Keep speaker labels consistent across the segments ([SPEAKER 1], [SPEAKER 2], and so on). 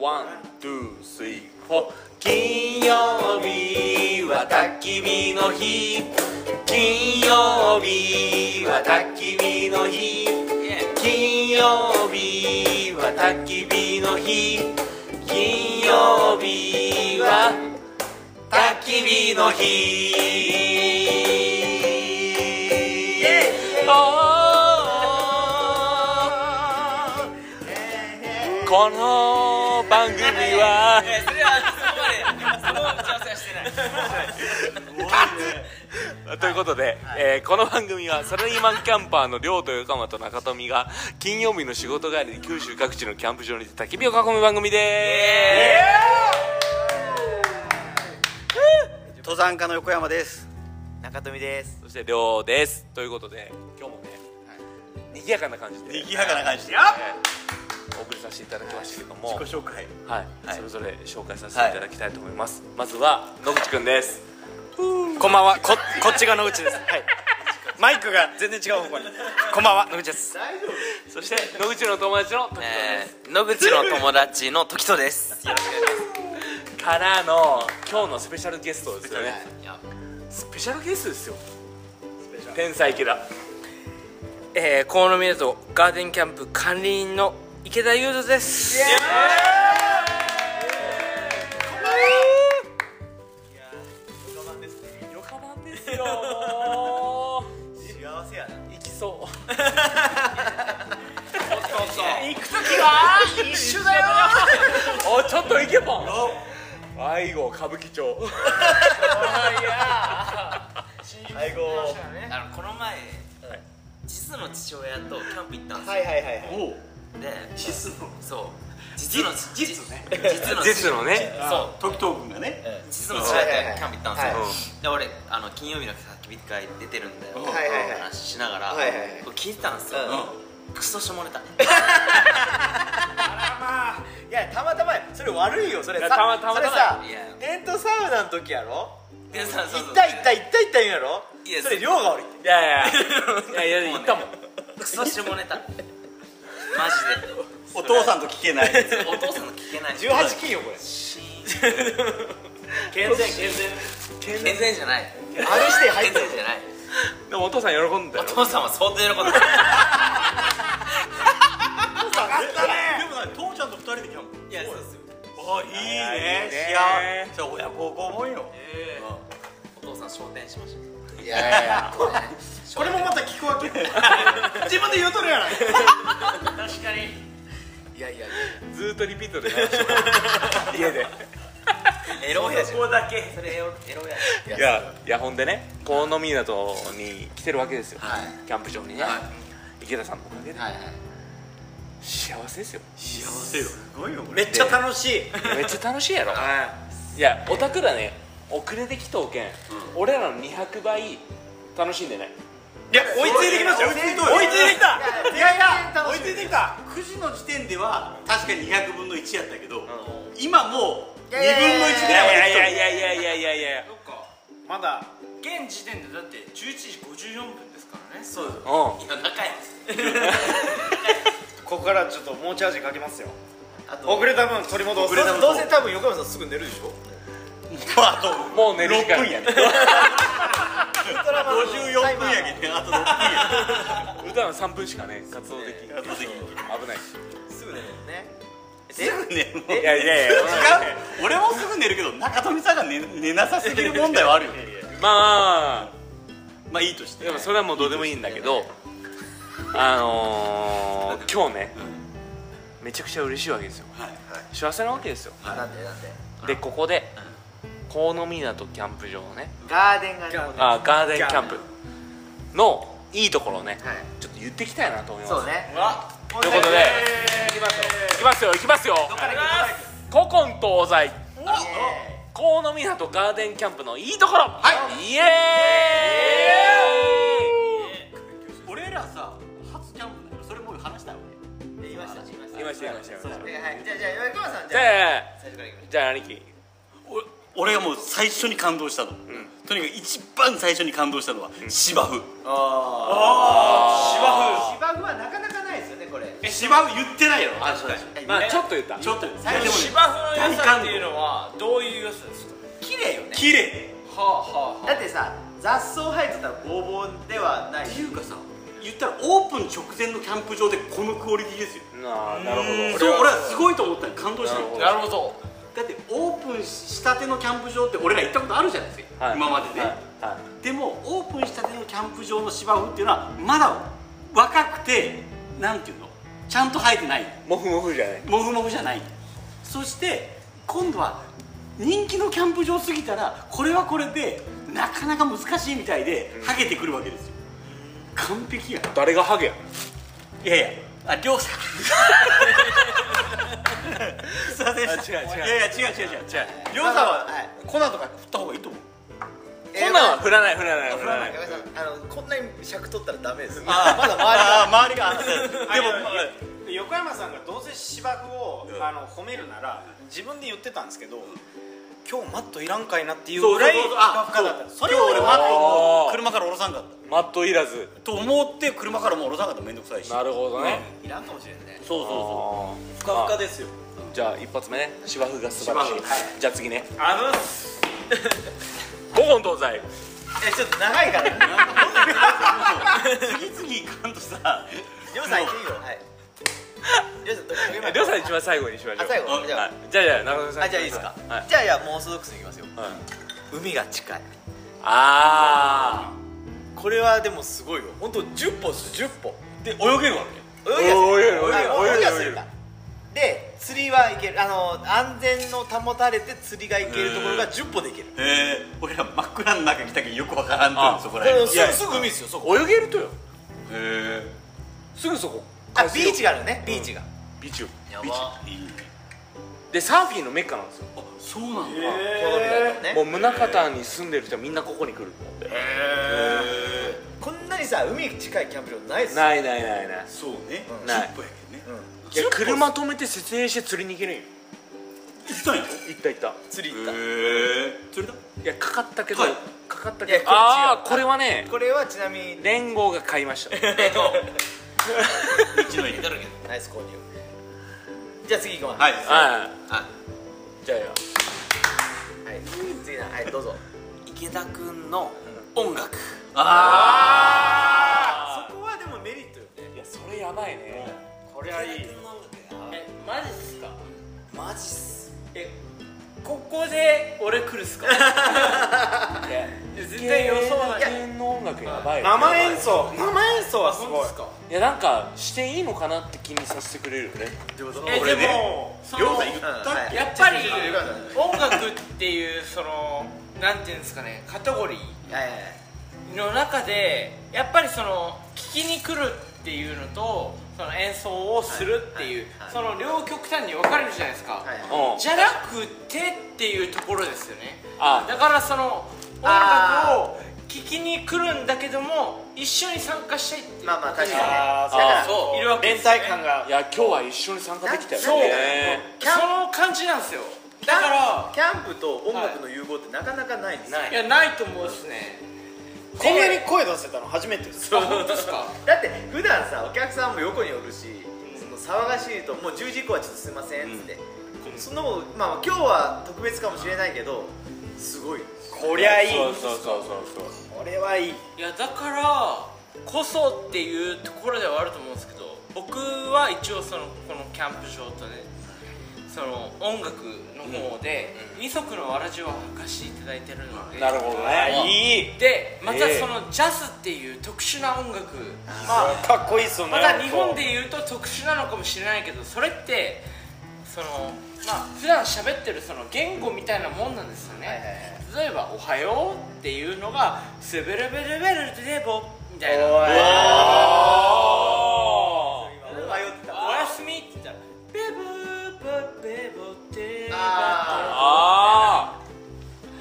[SPEAKER 1] ワン、ツー、スリー、フォー。金曜日は焚き火の日。金曜日は焚き火の日。金曜日は焚き火の日。金曜日は焚き火の日。Oh この番組は
[SPEAKER 2] えそれはそこまでその打ち合わせはしてない
[SPEAKER 1] ということで、えーこの番組はサラリーマンキャンパーの亮と横浜と中富が金曜日の仕事帰りに九州各地のキャンプ場にて焚き火を囲む番組で
[SPEAKER 3] 登山家の横山です
[SPEAKER 2] 中富です
[SPEAKER 1] すそして亮ですということで今日もね、賑やかな感じで、
[SPEAKER 3] 賑やかな感じで
[SPEAKER 1] お送りさせていただきましたけども、はい
[SPEAKER 3] 自己紹介
[SPEAKER 1] それぞれ紹介させていただきたいと思います、まずは野口くんです
[SPEAKER 2] こんばんはここっちが野口ですはいマイクが全然違う方向にこんばんは野口です、
[SPEAKER 1] そして野口の友達の時
[SPEAKER 2] えー、野口の友達の時とですよろしくお願いします
[SPEAKER 1] からの今日のスペシャルゲストですよね
[SPEAKER 2] いや
[SPEAKER 1] スペシャルゲストですよ天才池田
[SPEAKER 4] えー、コーノミネートガーデンキャンプ管理員の池田裕斗です
[SPEAKER 1] よかなんですよも
[SPEAKER 3] 幸せや な
[SPEAKER 1] う行きそう
[SPEAKER 2] そうそう
[SPEAKER 1] 行く時は一緒だよ おちょっと行けば愛護歌舞伎町
[SPEAKER 3] 最後
[SPEAKER 2] あのこの前、実の父親とキャンプ行ったんですよ、
[SPEAKER 3] はいはいはいはい
[SPEAKER 2] で実のそう実の実ね実 の
[SPEAKER 1] 実のね
[SPEAKER 2] そう
[SPEAKER 5] 時藤君がね、
[SPEAKER 2] 実の父親とキャンプ行ったんですよ、
[SPEAKER 3] はいはい
[SPEAKER 2] で俺あの金曜日の焚き火会出てるんだよ、
[SPEAKER 3] はいはいはい
[SPEAKER 2] 話しながら、
[SPEAKER 3] はいはいはい
[SPEAKER 2] これ聞いてたんですよ、クソ下ネタ
[SPEAKER 3] いやたまたまやそれ悪いよそれ
[SPEAKER 1] いや
[SPEAKER 3] さ
[SPEAKER 1] たまたま
[SPEAKER 3] それさ
[SPEAKER 2] いや
[SPEAKER 3] テントサウナの時やろ
[SPEAKER 2] でさそうそう
[SPEAKER 3] 行った行った行った行った言うんやろ
[SPEAKER 2] いや
[SPEAKER 3] それ量が悪い
[SPEAKER 1] いやいやいやいや行ったもん
[SPEAKER 2] クソ下ネタマジで
[SPEAKER 5] お父さんと聞けない
[SPEAKER 2] お父さんの聞けない
[SPEAKER 3] 18金よこれ
[SPEAKER 2] シーン
[SPEAKER 3] 健全健
[SPEAKER 2] 健全じゃない
[SPEAKER 3] あれして入っ
[SPEAKER 2] 健
[SPEAKER 3] て
[SPEAKER 2] 全
[SPEAKER 3] る
[SPEAKER 2] じゃない
[SPEAKER 1] でもお父さん喜んだ
[SPEAKER 2] お
[SPEAKER 1] よ
[SPEAKER 2] 父さんは相当喜んでた
[SPEAKER 5] でもな父ちゃんと二人でキャンプ
[SPEAKER 2] いやそうですよ
[SPEAKER 5] あいい
[SPEAKER 1] い
[SPEAKER 5] ね
[SPEAKER 1] いね
[SPEAKER 5] 幸せ親孝行もんよ
[SPEAKER 2] お父さん昇天しました
[SPEAKER 3] 全いやいやいや
[SPEAKER 5] これもまた聞くわけ自分で言うとるやない
[SPEAKER 3] いやいや
[SPEAKER 1] ずーっとリピートで流してた家で
[SPEAKER 2] エロ親父そこだけそれエロエロ親
[SPEAKER 1] い
[SPEAKER 2] 父
[SPEAKER 1] やいやほんでねコーノミーナトに来てるわけですよ、キャンプ場にね、池田さんのおかげで、幸せですよ
[SPEAKER 5] 幸せよすごいよこ
[SPEAKER 3] め
[SPEAKER 5] れ
[SPEAKER 3] っちゃ楽しい
[SPEAKER 1] めっちゃ楽しいやろ
[SPEAKER 3] はい
[SPEAKER 1] やオタクらね遅れてきとうけん、俺らの200倍楽しんでね
[SPEAKER 3] いや追いついてきましたよ追いついてきた
[SPEAKER 5] いや
[SPEAKER 3] 全
[SPEAKER 5] い
[SPEAKER 3] 然
[SPEAKER 5] や
[SPEAKER 3] 楽
[SPEAKER 5] 追
[SPEAKER 3] し
[SPEAKER 5] い
[SPEAKER 3] み
[SPEAKER 5] ついてきた9時の時点では確かに200分の1やったけど、今もう2分の1ぐ
[SPEAKER 1] いやい
[SPEAKER 5] らいま
[SPEAKER 1] や
[SPEAKER 5] で
[SPEAKER 1] い
[SPEAKER 5] 来
[SPEAKER 1] やいやいやいやいやいや
[SPEAKER 4] まだ現時点でだって11時54分ですからね
[SPEAKER 2] そうです
[SPEAKER 1] う
[SPEAKER 2] いや仲いいです
[SPEAKER 4] ここからちょっともうチャージかけますよ
[SPEAKER 3] あと
[SPEAKER 4] 遅れた分取り戻す
[SPEAKER 3] どうどうせ多分横山さんすぐ寝るでしょ
[SPEAKER 5] とるも
[SPEAKER 1] んもう
[SPEAKER 5] うあと
[SPEAKER 1] 寝る時
[SPEAKER 5] 6
[SPEAKER 1] 間
[SPEAKER 5] 分やね
[SPEAKER 3] 54
[SPEAKER 5] 54分やけどねあと6
[SPEAKER 1] 歌は3分しかね活動できん危
[SPEAKER 5] 分やあとできん
[SPEAKER 1] ない
[SPEAKER 3] すぐ寝るもんね
[SPEAKER 5] すぐ寝るもん
[SPEAKER 1] いやいやいや
[SPEAKER 5] 違う俺もすぐ寝るけど中富さんが寝寝なさすぎる問題はあるよ
[SPEAKER 1] まあ
[SPEAKER 5] まあいいとして
[SPEAKER 1] でもそれはもうどうでもいいんだけどあのー、今日ねめちゃくちゃ嬉しいわけですよ
[SPEAKER 5] はい
[SPEAKER 1] 幸せなわけですよ
[SPEAKER 3] なんでなんで
[SPEAKER 1] でここで鴻湊キャンプ場のね
[SPEAKER 3] ガーデンがね
[SPEAKER 1] あガーデンキャンプのいいところをね、
[SPEAKER 3] はい
[SPEAKER 1] ちょっと言ってきたいなと思います
[SPEAKER 3] そうね
[SPEAKER 1] ということで行きますよ行きますよ行きますよ古今東西鴻湊ガーデンキャンプのいいところ、はい、イエ
[SPEAKER 5] 俺らさ初キャンプだよそれもう話したよね
[SPEAKER 3] 言いました言いまし
[SPEAKER 1] ーイ言いました言いました言いました
[SPEAKER 3] たえはいじゃあじゃあ横山さん
[SPEAKER 1] じ
[SPEAKER 3] じ
[SPEAKER 1] ゃ
[SPEAKER 3] ゃ
[SPEAKER 1] あ
[SPEAKER 3] あ
[SPEAKER 1] じゃ
[SPEAKER 3] 最初からいきまし
[SPEAKER 1] あじゃあ兄貴
[SPEAKER 5] お俺がもう最初に感動したの、とにかく一番最初に感動したのは芝生、
[SPEAKER 3] ょう芝生はなかなかないですよねこれ
[SPEAKER 1] え
[SPEAKER 6] 芝生言ってないよ確かに
[SPEAKER 1] まあちょっと言った
[SPEAKER 6] ちょっとです
[SPEAKER 2] 芝生の良さっていうのはどういう良さですか
[SPEAKER 5] 綺麗よね
[SPEAKER 6] 綺麗
[SPEAKER 2] はあは
[SPEAKER 5] だってさ雑草生えてたらボーボーではない
[SPEAKER 6] っていうかさ言ったらオープン直前のキャンプ場でこのクオリティですよ
[SPEAKER 1] なあなるほ
[SPEAKER 6] そう俺はすごいと思ったの感動したの
[SPEAKER 2] なるほど
[SPEAKER 6] だってオープンしたてのキャンプ場って俺ら行ったことあるじゃないですか、
[SPEAKER 1] はい
[SPEAKER 6] 今までね、
[SPEAKER 1] はいは
[SPEAKER 6] でもオープンしたてのキャンプ場の芝生っていうのはまだ若くてなんていうのちゃんと生えてない
[SPEAKER 1] いモフモフじゃない
[SPEAKER 6] もふもふじゃないそして今度は人気のキャンプ場過ぎたらこれはこれでなかなか難しいみたいでハゲてくるわけですよ完璧や
[SPEAKER 1] 誰がハゲや
[SPEAKER 6] いやいやありょうさんすいませんでした
[SPEAKER 1] あ違う違う
[SPEAKER 6] いやいや違う違う違う違うりょうさんは
[SPEAKER 5] はい
[SPEAKER 6] 粉とか振った方がいいと思う
[SPEAKER 1] こんなんは振らない振らない振
[SPEAKER 5] 振
[SPEAKER 1] ら
[SPEAKER 5] ら
[SPEAKER 1] な
[SPEAKER 5] ないい山田さんあのこんなに尺取ったらダメです
[SPEAKER 6] あまだ周りが周りが
[SPEAKER 7] でも
[SPEAKER 6] でも
[SPEAKER 7] 横山さんがどうせ芝生を、あの褒めるなら自分で言ってたんですけど、今日マットいらんかいなっていうぐらいふかふかだったそれを
[SPEAKER 6] 今日俺
[SPEAKER 7] 俺
[SPEAKER 6] マ
[SPEAKER 7] マ
[SPEAKER 6] ッ
[SPEAKER 7] ッ
[SPEAKER 6] トを車から降ろさんかっ
[SPEAKER 1] マットいらず
[SPEAKER 6] たと思って車からもう降ろさんかったら面倒くさいし
[SPEAKER 1] なるほどね
[SPEAKER 5] いらんかもしれんね
[SPEAKER 6] そうそうそ
[SPEAKER 1] あ
[SPEAKER 6] うふかふかですよ
[SPEAKER 1] ーじゃあ一発目ね芝生が素晴らしい
[SPEAKER 6] 芝生
[SPEAKER 1] じゃあ次ね
[SPEAKER 7] トあの
[SPEAKER 1] 五本東西
[SPEAKER 5] えちょっと長いから
[SPEAKER 6] 次々行かんとさ
[SPEAKER 5] りょうさんいっていいよはいりょうさんどこ行く
[SPEAKER 1] りょうさん一番最後にしましょう
[SPEAKER 5] あ最後じゃあ
[SPEAKER 1] はいじゃあじゃあ中澤さん
[SPEAKER 5] あじゃあいいですか
[SPEAKER 1] はい
[SPEAKER 5] じゃあいやもうオーソドックスにいきますよ
[SPEAKER 1] はい
[SPEAKER 5] 海が近い
[SPEAKER 1] あ
[SPEAKER 5] これはでもすごいよ本当10歩です10歩
[SPEAKER 6] で泳げるわけ
[SPEAKER 5] 泳
[SPEAKER 1] 泳げる泳げ
[SPEAKER 5] ぎは
[SPEAKER 1] る
[SPEAKER 5] あ
[SPEAKER 1] 泳げる
[SPEAKER 5] 泳ぎは
[SPEAKER 1] 泳げ
[SPEAKER 5] す
[SPEAKER 1] る
[SPEAKER 5] るかで釣りはいけるあの安全の保たれて釣りがいけるところが10歩でいける
[SPEAKER 6] えー、俺ら真っ暗の中来たけどよくわからんとんそこらへん
[SPEAKER 5] うん
[SPEAKER 6] へ
[SPEAKER 5] すぐすぐ海ですよそこ
[SPEAKER 1] あ泳げるとよ
[SPEAKER 6] え
[SPEAKER 1] すぐそこ
[SPEAKER 5] あビーチがあるねビーチが
[SPEAKER 1] ビーチよ
[SPEAKER 5] やば
[SPEAKER 6] ビーチいいね
[SPEAKER 1] でサーフィンのメッカなんですよ
[SPEAKER 6] あそうなんだ
[SPEAKER 5] このぐらいだね
[SPEAKER 1] もう宗像に住んでる人はみんなここに来る
[SPEAKER 5] こんなにさ海近いキャンプ場ないっすよ
[SPEAKER 1] ないないないない
[SPEAKER 6] そうね
[SPEAKER 5] うん
[SPEAKER 1] ない
[SPEAKER 6] 10歩やけどね
[SPEAKER 1] いや車止めて設営して釣りに行けるんよ
[SPEAKER 6] 行ったんやろ
[SPEAKER 1] 行った行った
[SPEAKER 5] 釣り行った
[SPEAKER 6] へえ釣れ
[SPEAKER 1] い
[SPEAKER 6] た
[SPEAKER 1] やかかったけど、
[SPEAKER 6] はい
[SPEAKER 1] かかった
[SPEAKER 5] い
[SPEAKER 1] け
[SPEAKER 5] や
[SPEAKER 1] ど
[SPEAKER 5] こっちよ
[SPEAKER 1] ああこれはね
[SPEAKER 5] これはちなみに
[SPEAKER 1] 連合が買いました
[SPEAKER 6] 道の駅はい
[SPEAKER 5] ナイス購入じゃあ次行こう
[SPEAKER 1] はい
[SPEAKER 5] あ
[SPEAKER 1] じゃあ
[SPEAKER 5] はい次なはいどうぞ
[SPEAKER 7] 池田君の音楽
[SPEAKER 1] あ
[SPEAKER 5] そこはでもメリットよね
[SPEAKER 1] あいやそれやばいねこれはいい
[SPEAKER 2] えマジっすか
[SPEAKER 7] マジっす
[SPEAKER 2] えここで俺来るっすか絶対予想ない
[SPEAKER 1] 芸人の音楽やばいよ
[SPEAKER 7] 生演奏生演奏はすごい
[SPEAKER 1] いやなんかしていいのかなって気にさせてくれるよね
[SPEAKER 2] え
[SPEAKER 6] 俺
[SPEAKER 2] で
[SPEAKER 6] ね
[SPEAKER 2] もそ
[SPEAKER 6] りょ
[SPEAKER 2] の
[SPEAKER 6] うさん行ったっけ
[SPEAKER 2] やっぱり音楽っていうそのなんていうんですかねカテゴリー
[SPEAKER 5] はいはい
[SPEAKER 2] の中でやっぱりその聴きに来るっていうのとその演奏をするっていう、
[SPEAKER 5] はいはい
[SPEAKER 2] その両極端に分かれるじゃないですか、
[SPEAKER 5] はいはい
[SPEAKER 1] うん
[SPEAKER 2] じゃなくてっていうところですよね
[SPEAKER 1] あ
[SPEAKER 2] だからその音楽を聴きに来るんだけども一緒に参加したいっていう
[SPEAKER 5] まあまあ確かにね
[SPEAKER 7] あ
[SPEAKER 5] だ
[SPEAKER 7] ー
[SPEAKER 5] から
[SPEAKER 2] そうい
[SPEAKER 7] いる
[SPEAKER 2] る
[SPEAKER 7] わ
[SPEAKER 2] わ
[SPEAKER 7] け
[SPEAKER 2] けで
[SPEAKER 7] 連
[SPEAKER 2] すね
[SPEAKER 7] 帯感が
[SPEAKER 1] いや今日は一緒に参加できたよね
[SPEAKER 5] そう
[SPEAKER 2] その感じなんですよだから
[SPEAKER 5] キャンプと音楽の融合ってなかなかないんですよ、
[SPEAKER 2] いやないと思うですね
[SPEAKER 7] こんなに声出せたの初めてです
[SPEAKER 2] あ本当ですか
[SPEAKER 5] だって普段さお客さんも横におるし、その騒がしいともう10時以降はちょっとすいませんっつって、そんなことまあ今日は特別かもしれないけどすごい
[SPEAKER 7] こりゃいい
[SPEAKER 1] そうそうそうそうそう
[SPEAKER 7] これはいい
[SPEAKER 2] いやだからこそっていうところではあると思うんですけど僕は一応そのこのキャンプ場とねその音楽の方で二足のわらじを履かしていただいてるので
[SPEAKER 1] なるほど
[SPEAKER 7] あ
[SPEAKER 1] ね
[SPEAKER 7] いい
[SPEAKER 2] でまた
[SPEAKER 1] ええ
[SPEAKER 2] そのジャズっていう特殊な音楽
[SPEAKER 7] まあかっこいいっすよね
[SPEAKER 2] また日本でいうと特殊なのかもしれないけどそれってそのまあ普段喋ってるその言語みたいなもんなんですよね、例えば「おはよう」っていうのが「スベルベルベルデボ」みたいな「おはよ
[SPEAKER 1] あ
[SPEAKER 2] う」って言ったら「おやすみ」って言ったら「ベブブベボテ
[SPEAKER 5] あ
[SPEAKER 1] あ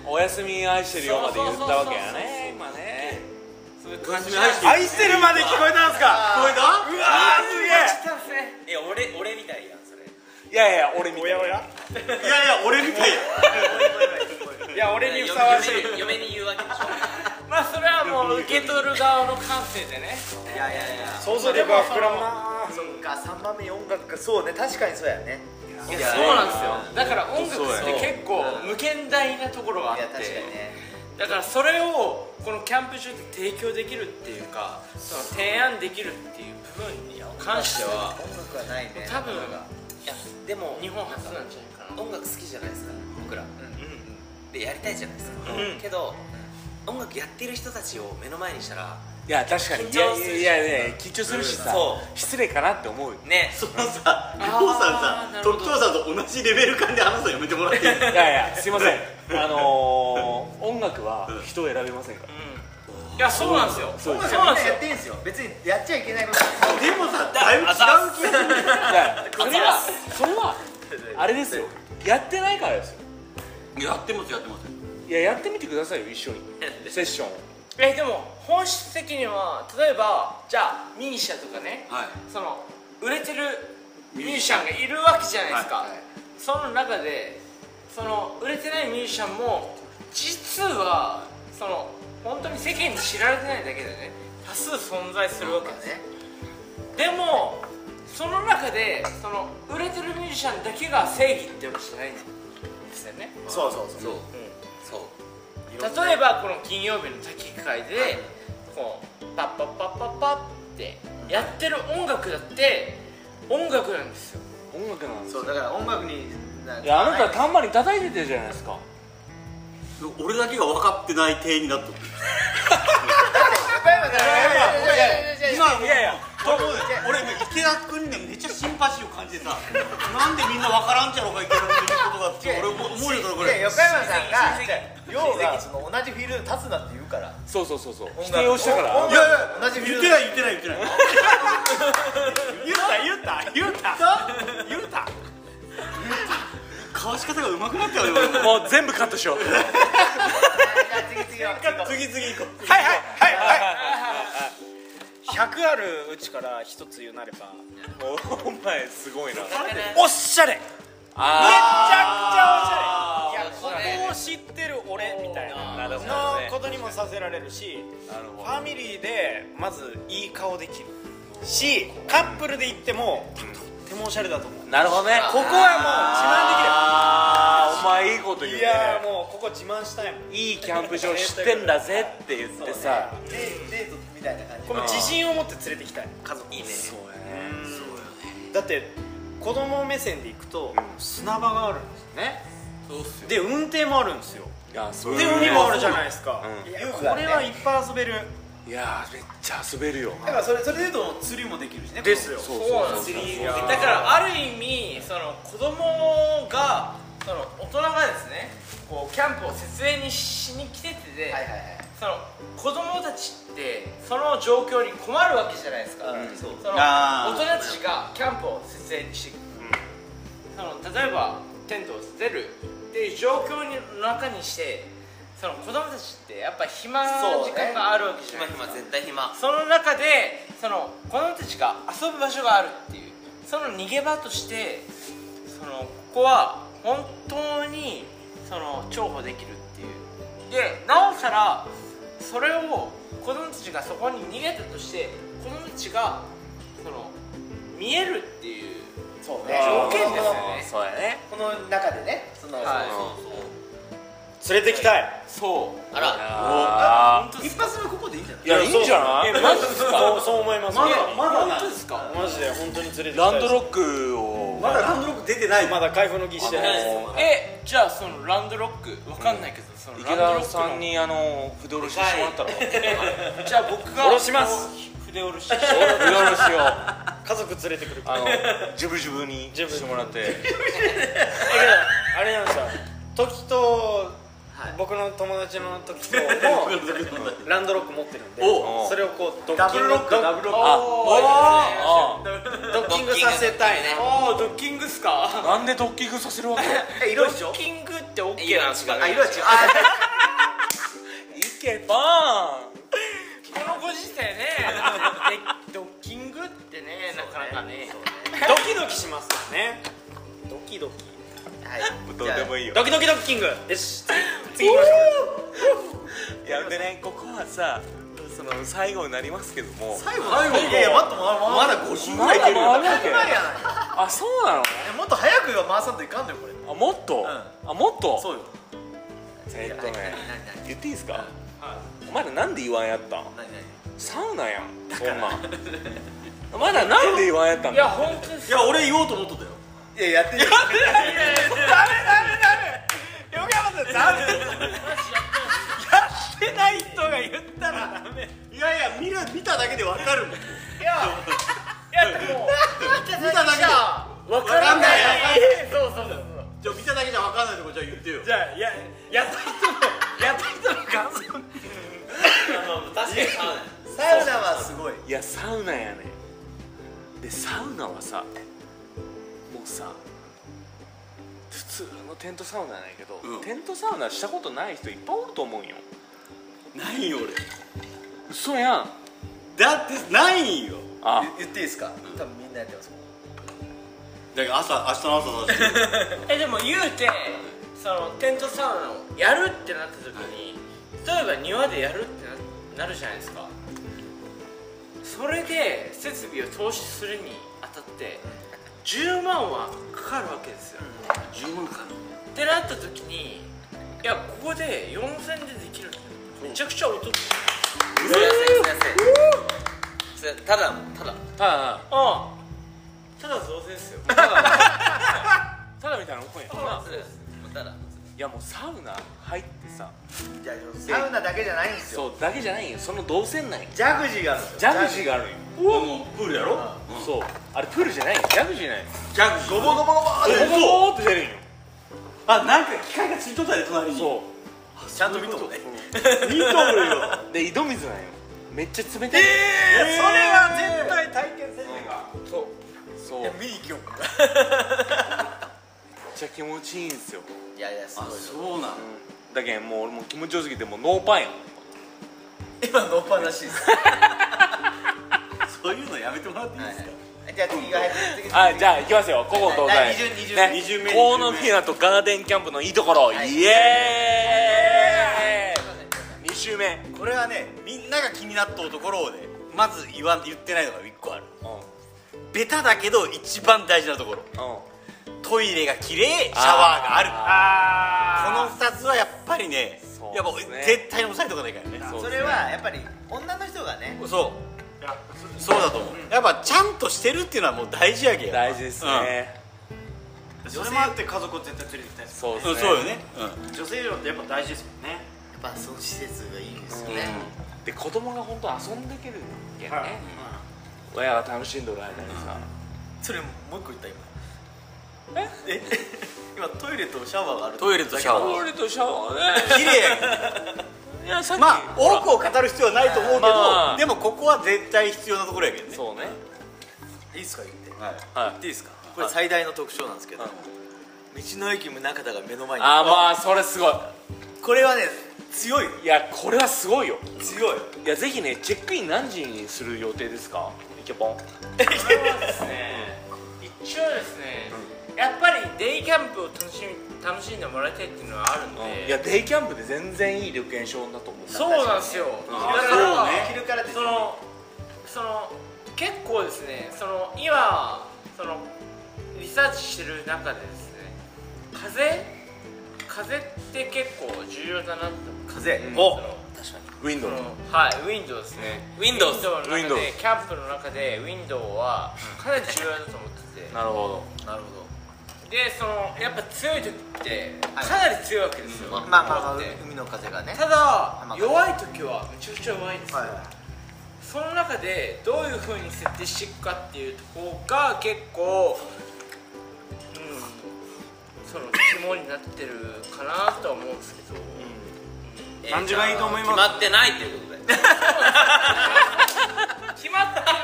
[SPEAKER 1] ーおやすみ愛してるよまで言ったわけや
[SPEAKER 2] そうそうそうそう
[SPEAKER 1] ね今ね
[SPEAKER 2] そういう感じ
[SPEAKER 6] おやすみ
[SPEAKER 7] 愛してるまで聞こえたんすか
[SPEAKER 6] これだうわすげえ
[SPEAKER 5] え俺俺みたいやんそれ
[SPEAKER 1] いやいや俺みたい
[SPEAKER 7] おやおや
[SPEAKER 6] いやいや俺みたいや
[SPEAKER 7] いや俺にふさわしい
[SPEAKER 5] 嫁に言うわけでし
[SPEAKER 2] まあそれはもう受け取る側の感性でね
[SPEAKER 5] ょいやいやいや
[SPEAKER 7] 想像力が膨らむな
[SPEAKER 5] そっか3番目に音楽かそうね確かにそうやね
[SPEAKER 2] いやそうなんですよだから音楽って結構無限大なところがあっ
[SPEAKER 5] い
[SPEAKER 2] て
[SPEAKER 5] や確かにね
[SPEAKER 2] だからそれをこのキャンプ中で提供できるっていうかその提案できるっていう部分に関しては
[SPEAKER 5] 音楽はないね
[SPEAKER 2] 多分いや
[SPEAKER 8] でも
[SPEAKER 2] 日本初なんじゃないかな
[SPEAKER 8] 音楽好きじゃないですか僕ら、
[SPEAKER 2] ん
[SPEAKER 8] でやりたいじゃないですか、
[SPEAKER 2] うん
[SPEAKER 8] けど音楽やってる人たちを目の前にしたら
[SPEAKER 1] いや確かに
[SPEAKER 8] 緊張
[SPEAKER 1] いや
[SPEAKER 8] するし
[SPEAKER 1] いやいやいや緊張するしさ
[SPEAKER 8] そ
[SPEAKER 1] 失礼かなって 思うよ
[SPEAKER 8] ね
[SPEAKER 6] そのさ、りょうさん
[SPEAKER 2] な
[SPEAKER 6] さ、
[SPEAKER 2] るほど
[SPEAKER 6] ときょうさんと同じレベル感で話すのやめてもらっていい
[SPEAKER 1] いやいやすいませんあのー音楽は人を選べませんから
[SPEAKER 2] いやそうなんですよそう
[SPEAKER 5] 音楽
[SPEAKER 2] な
[SPEAKER 5] は
[SPEAKER 2] ん
[SPEAKER 5] み
[SPEAKER 2] で
[SPEAKER 5] ん
[SPEAKER 2] す
[SPEAKER 5] な
[SPEAKER 2] よ
[SPEAKER 5] やっていいんですよ別にやっちゃいけないこと
[SPEAKER 6] でもさ、だいぶ違う気がする
[SPEAKER 1] い やそれはそれはあれですよやってないからですよ
[SPEAKER 6] やってます、やってます
[SPEAKER 1] いややってみてくださいよ一緒にセッションを
[SPEAKER 2] えでも本質的には例えばじゃあミーシャとかね、
[SPEAKER 6] はい
[SPEAKER 2] その売れてるミュージシャンがいるわけじゃないですか、その中でその売れてないミュージシャンも実はその本当に世間に知られてないだけでね多数存在するわけです、
[SPEAKER 5] ね
[SPEAKER 2] でもその中でその売れてるミュージシャンだけが正義ってわけじゃないんですよね
[SPEAKER 5] そうそうそう
[SPEAKER 8] そうそう
[SPEAKER 2] 例えばこの金曜日の滝会でこうパッパッパッパッパッってやってる音楽だって音楽なんですよ
[SPEAKER 1] 音楽なんですよ
[SPEAKER 5] そうだから音楽に
[SPEAKER 1] いやあなた
[SPEAKER 5] た
[SPEAKER 1] たんまり叩いててじゃないですか
[SPEAKER 6] 俺だけが分かってない体になった
[SPEAKER 5] 岡山から
[SPEAKER 6] 今いやいや俺池田君にめっちゃシンパシーを感じてさなんでみんな分からんちゃろうかいけるっていうことがって俺思うよ
[SPEAKER 5] い
[SPEAKER 6] それこれ
[SPEAKER 5] や横山さんが要がその同じフィールドに立つなって言うから
[SPEAKER 1] そうそうそうそう否定をしたか
[SPEAKER 5] 音
[SPEAKER 1] ら
[SPEAKER 5] 楽
[SPEAKER 6] いやいや
[SPEAKER 5] 同じフィー
[SPEAKER 6] 言
[SPEAKER 5] ル
[SPEAKER 6] っ
[SPEAKER 5] ド
[SPEAKER 6] てない言ってない言ってない
[SPEAKER 7] 言うた言うた
[SPEAKER 6] 交わし方が上手くなったよね
[SPEAKER 1] もう全部カットしようは い
[SPEAKER 5] 次々は
[SPEAKER 6] 俺次次行こう
[SPEAKER 7] はいはいはいはい100あるうちから一つ言うなれば
[SPEAKER 1] お前すごい な
[SPEAKER 7] おっしゃれめちゃくちゃおしゃれいやここを知ってる俺みたいな
[SPEAKER 1] なるほど
[SPEAKER 7] の
[SPEAKER 1] ね
[SPEAKER 7] ことにもさせられるし
[SPEAKER 1] なるほ
[SPEAKER 7] フ
[SPEAKER 1] ど
[SPEAKER 7] ァミリーでまずいい顔できるしカップルで行ってもとってもおしゃれだと思うこ
[SPEAKER 1] なるほどね
[SPEAKER 7] こは
[SPEAKER 1] ああお前いいこと
[SPEAKER 7] もう
[SPEAKER 1] 言
[SPEAKER 7] 自慢
[SPEAKER 1] う
[SPEAKER 7] でき
[SPEAKER 1] ね
[SPEAKER 7] るいやーもうここ自慢したいもん
[SPEAKER 1] いいキャンプ場知ってんだぜって言ってさ
[SPEAKER 5] デデートみたいな感じ
[SPEAKER 7] この自信を持って連れてきたい家族いいね
[SPEAKER 1] そうやね
[SPEAKER 7] だって子供目線で行くと砂場があるんですよねで運転もあるんですよ
[SPEAKER 1] いやそう
[SPEAKER 7] で
[SPEAKER 1] やね
[SPEAKER 7] 海もあるじゃないですか
[SPEAKER 1] う
[SPEAKER 5] 遊具
[SPEAKER 7] これはい
[SPEAKER 5] だ
[SPEAKER 7] っぱい遊べる
[SPEAKER 1] いやーめっちゃ遊べるよ
[SPEAKER 5] からそれそれで言うと釣りもできるしね
[SPEAKER 7] ですよ
[SPEAKER 1] そう
[SPEAKER 2] そうなんですよだからある意味その子供がその大人がですねこうキャンプを設営にしに来ててで、
[SPEAKER 5] はいはいはい
[SPEAKER 2] その子供たちってその状況に困るわけじゃないですか、
[SPEAKER 5] うん
[SPEAKER 2] その
[SPEAKER 6] あー
[SPEAKER 2] 大人たちがキャンプを設営にして、その例えばテントを出るっていう状況の中にしてその子供たちってやっぱ暇な
[SPEAKER 5] そう
[SPEAKER 2] 時
[SPEAKER 5] ね
[SPEAKER 2] 間があるわけじ
[SPEAKER 8] 暇
[SPEAKER 2] ゃないですか
[SPEAKER 8] 暇絶対暇
[SPEAKER 2] その中でその子供たちが遊ぶ場所があるっていうその逃げ場としてそのここは本当にその重宝できるっていうでなおさらそれを子供たちがそこに逃げたとして子供たちがその見えるっていう
[SPEAKER 5] そうね
[SPEAKER 1] あー
[SPEAKER 2] 条件ですよね
[SPEAKER 1] そうやね
[SPEAKER 5] この中でねその
[SPEAKER 2] はい
[SPEAKER 7] 連れてきたい
[SPEAKER 2] そう
[SPEAKER 8] あら
[SPEAKER 1] あ
[SPEAKER 5] 一発目ここでいいんじゃない
[SPEAKER 1] いやいいんじゃない
[SPEAKER 7] マジですかそうそう思いますま
[SPEAKER 6] まだな
[SPEAKER 2] 本当ですか
[SPEAKER 7] マジで本当に連れてきたいです
[SPEAKER 1] ランドロックを
[SPEAKER 6] まだランドロック出てない
[SPEAKER 7] まだ開封の儀してないです
[SPEAKER 1] あの
[SPEAKER 2] えじゃあそのランドロックわかんないけど、その
[SPEAKER 1] 池
[SPEAKER 2] ランドロッ
[SPEAKER 1] 田
[SPEAKER 2] クの
[SPEAKER 1] さんにあの筆下ろししてもらったら
[SPEAKER 2] じゃあ僕が
[SPEAKER 7] 下ろします
[SPEAKER 2] 筆下ろしして
[SPEAKER 1] 筆下ろしを
[SPEAKER 7] 家族連れてくるから
[SPEAKER 1] あのジュブジュブにしてもらって
[SPEAKER 7] あれなんですよ時と僕の友達の時 ともランドロック持ってるんで
[SPEAKER 1] お
[SPEAKER 7] それをこうド
[SPEAKER 5] ダ
[SPEAKER 7] ッ
[SPEAKER 5] ブ
[SPEAKER 7] キン
[SPEAKER 5] ル
[SPEAKER 7] グ
[SPEAKER 5] ロックダブルロッ
[SPEAKER 1] あお
[SPEAKER 7] ドッキングさせたいね
[SPEAKER 2] ああドッキングっすか
[SPEAKER 1] ーなんでドッキングさせるわけ
[SPEAKER 5] クえ色一緒
[SPEAKER 2] ドッキングって OK
[SPEAKER 8] いい
[SPEAKER 2] なん
[SPEAKER 8] な
[SPEAKER 2] です
[SPEAKER 8] 違
[SPEAKER 2] か
[SPEAKER 8] う
[SPEAKER 5] あ色は違うあ
[SPEAKER 1] いけばーン
[SPEAKER 2] このご時世ね でドッキングってねなかなかね
[SPEAKER 7] ドキドキしますよねドキドキ
[SPEAKER 5] はい
[SPEAKER 1] どうでもいいよ
[SPEAKER 7] ドキドキドッキングよし
[SPEAKER 1] いやでねここはさ
[SPEAKER 8] その最後になりますけども
[SPEAKER 5] 最後
[SPEAKER 6] 最後
[SPEAKER 5] いやいや待ってまだま
[SPEAKER 6] ま
[SPEAKER 5] だ
[SPEAKER 6] だ5周ぐらいいけるよ
[SPEAKER 1] まだまだ
[SPEAKER 5] 当たり前やない
[SPEAKER 1] あそうなの
[SPEAKER 5] えもっと早く回さんといかんのよこれ
[SPEAKER 1] あもっと、
[SPEAKER 5] う
[SPEAKER 1] あもっと
[SPEAKER 5] そうよ
[SPEAKER 1] えっとね
[SPEAKER 5] 何
[SPEAKER 8] 言っていいですか、お前らなんで言わんやったん
[SPEAKER 5] 何何
[SPEAKER 1] サウナやんそんなんまだなんで言わんやったん
[SPEAKER 2] い
[SPEAKER 1] だ
[SPEAKER 2] や本当に
[SPEAKER 6] いや俺言おうと思っとったよ
[SPEAKER 5] いややってない
[SPEAKER 7] 横山さん残念やってない人が言ったらダメ
[SPEAKER 6] いやいや見る見ただけでわかるもん見
[SPEAKER 2] いやいやで も
[SPEAKER 6] ただけで
[SPEAKER 2] わ
[SPEAKER 6] からない
[SPEAKER 2] そうそうそうそう
[SPEAKER 6] じゃあ見ただけじゃわかんないとこじゃあ言ってよ
[SPEAKER 7] じゃあややった人のやった人の感想
[SPEAKER 5] サウナはすごい
[SPEAKER 1] いやサウナやねんでサウナはさもうさ普通のテントサウナなんやけど、
[SPEAKER 6] うん
[SPEAKER 1] テントサウナしたことない人いっぱいおると思うんよ
[SPEAKER 6] ないよ俺
[SPEAKER 1] 嘘やん
[SPEAKER 6] だってないよ
[SPEAKER 1] あ
[SPEAKER 5] 言言っていいですか多分みんなやってますもん
[SPEAKER 6] だから朝明日の朝だし
[SPEAKER 2] えでも言うてそのテントサウナをやるってなった時に、例えば庭でやるってななるじゃないですかそれで設備を投資するにあたって10万はかかるわけですよ、
[SPEAKER 6] 10万かな
[SPEAKER 2] ってなった時にいやここで4000でできるってめちゃくちゃお得
[SPEAKER 8] それただただ
[SPEAKER 1] ああ
[SPEAKER 2] ああただ増税ですよ
[SPEAKER 1] ただみたいなもんや
[SPEAKER 8] そうですただ
[SPEAKER 1] いやもうサウナ入ってさ
[SPEAKER 5] じゃあサウナだけじゃないんですよ
[SPEAKER 1] そうだけじゃないんよその動線内
[SPEAKER 5] ジャグジーがあるんですよ
[SPEAKER 1] ジャグジーがあるんよ
[SPEAKER 6] あのプールやろ
[SPEAKER 1] そうあれプールじゃないよジャグジーないよ
[SPEAKER 6] ジャグジーゴボゴボゴボ
[SPEAKER 1] ボコボ
[SPEAKER 6] そう
[SPEAKER 1] コボコって出るんよ
[SPEAKER 6] あなんか機械がついとったで隣に
[SPEAKER 1] そ
[SPEAKER 5] ちゃんと見ともね
[SPEAKER 1] う見とるよ で井戸水なんよめっちゃ冷たい
[SPEAKER 7] それは絶対体験せずに
[SPEAKER 1] そうめっ
[SPEAKER 5] 見に行きよう
[SPEAKER 1] ちゃ気持ちいいんすよ
[SPEAKER 5] いやいやすごい
[SPEAKER 6] あ
[SPEAKER 5] よ
[SPEAKER 6] そうなの
[SPEAKER 1] だけんもう俺もう気持ちよすぎてもうノーパンやん
[SPEAKER 5] 今ノーパンらしいです
[SPEAKER 6] そういうのやめてもらっていいですか
[SPEAKER 5] じゃあ次が入って次
[SPEAKER 1] はいじゃあ行きますよここ東
[SPEAKER 5] 第
[SPEAKER 1] 西
[SPEAKER 5] 二巡二巡
[SPEAKER 1] ね
[SPEAKER 5] 二
[SPEAKER 6] 巡目
[SPEAKER 1] 河野美奈とガーデンキャンプのいいところ、
[SPEAKER 5] はい
[SPEAKER 1] イエーイ2周目、
[SPEAKER 6] これはねみんなが気になっとうところをねまず言わん言ってないのが1個ある
[SPEAKER 1] う
[SPEAKER 6] ベタだけど一番大事なところ
[SPEAKER 1] んうん、
[SPEAKER 6] トイレが綺麗シャワーがある
[SPEAKER 7] あ
[SPEAKER 6] この2つはやっぱりね
[SPEAKER 1] そう
[SPEAKER 6] やっぱ
[SPEAKER 1] ですね
[SPEAKER 6] 絶対に押さえとかないからね
[SPEAKER 1] そう
[SPEAKER 5] それはやっぱり女の人がね
[SPEAKER 6] そうそうだと思うやっぱちゃんとしてるっていうのはもう大事やけん
[SPEAKER 1] 大事ですね、
[SPEAKER 7] あそれもあって家族を絶対連れてきたいです
[SPEAKER 1] そうです
[SPEAKER 6] う
[SPEAKER 1] ね
[SPEAKER 6] んそうよねうん
[SPEAKER 7] 女性量ってやっぱ大事ですもんね
[SPEAKER 5] やっぱその施設がいいですよね
[SPEAKER 1] で子供が本当遊んでけるけんね、
[SPEAKER 7] はい
[SPEAKER 1] 親が楽しんどる間にさ、
[SPEAKER 5] それもう一個言った今え 今トイレとシャワーがある
[SPEAKER 6] トイレとシャワー
[SPEAKER 1] 俺とシャワーね
[SPEAKER 6] 綺 麗
[SPEAKER 1] いやさっき、
[SPEAKER 6] まあ多くを語る必要はないと思うけど、
[SPEAKER 1] まあ
[SPEAKER 6] でもここは絶対必要なところやけどね
[SPEAKER 1] そうね
[SPEAKER 5] いいっすか言って
[SPEAKER 6] はい
[SPEAKER 1] はい
[SPEAKER 5] いいですかこれ最大の特徴なんですけど道の駅宗像が目の前に
[SPEAKER 1] あーまあそれすごい
[SPEAKER 5] これはね強いよ
[SPEAKER 1] いやこれはすごいよ
[SPEAKER 5] 強い
[SPEAKER 1] いやぜひねチェックイン何時にする予定ですかイケポン
[SPEAKER 2] これはですね一応ですね、やっぱりデイキャンプを楽しみ楽しんでもらいたいっていうのはあるので、
[SPEAKER 1] いやデイキャンプで全然いい旅券証だと思う
[SPEAKER 2] そうなんですよ、だから
[SPEAKER 6] そうね
[SPEAKER 5] 昼からで
[SPEAKER 2] そのその結構ですねその今そのリサーチしてる中でですね風風って結構重要だなって
[SPEAKER 5] 風
[SPEAKER 1] うん
[SPEAKER 5] お
[SPEAKER 1] ウィン
[SPEAKER 2] そ
[SPEAKER 1] ドウ
[SPEAKER 2] のはいウィンドウですねウィンドウの中で
[SPEAKER 1] Windows
[SPEAKER 2] キャンプの中でウィンドウはかなり重要だと思ってて
[SPEAKER 1] なるほ
[SPEAKER 5] なるほど
[SPEAKER 2] でそのやっぱ強い時ってかなり強いわけですよ、
[SPEAKER 5] まあまあまあ
[SPEAKER 2] 日本って
[SPEAKER 5] 海の風がね
[SPEAKER 2] た
[SPEAKER 5] ま
[SPEAKER 2] だ
[SPEAKER 5] あ
[SPEAKER 2] 弱い時はめちゃくちゃ弱いんですよ、
[SPEAKER 5] は
[SPEAKER 2] その中でどういうふうに設定していくかっていうところが結構うんその肝になってるかなとは思うんですけど、
[SPEAKER 7] 感じがいいと思います
[SPEAKER 8] ってないということで
[SPEAKER 2] 決まってない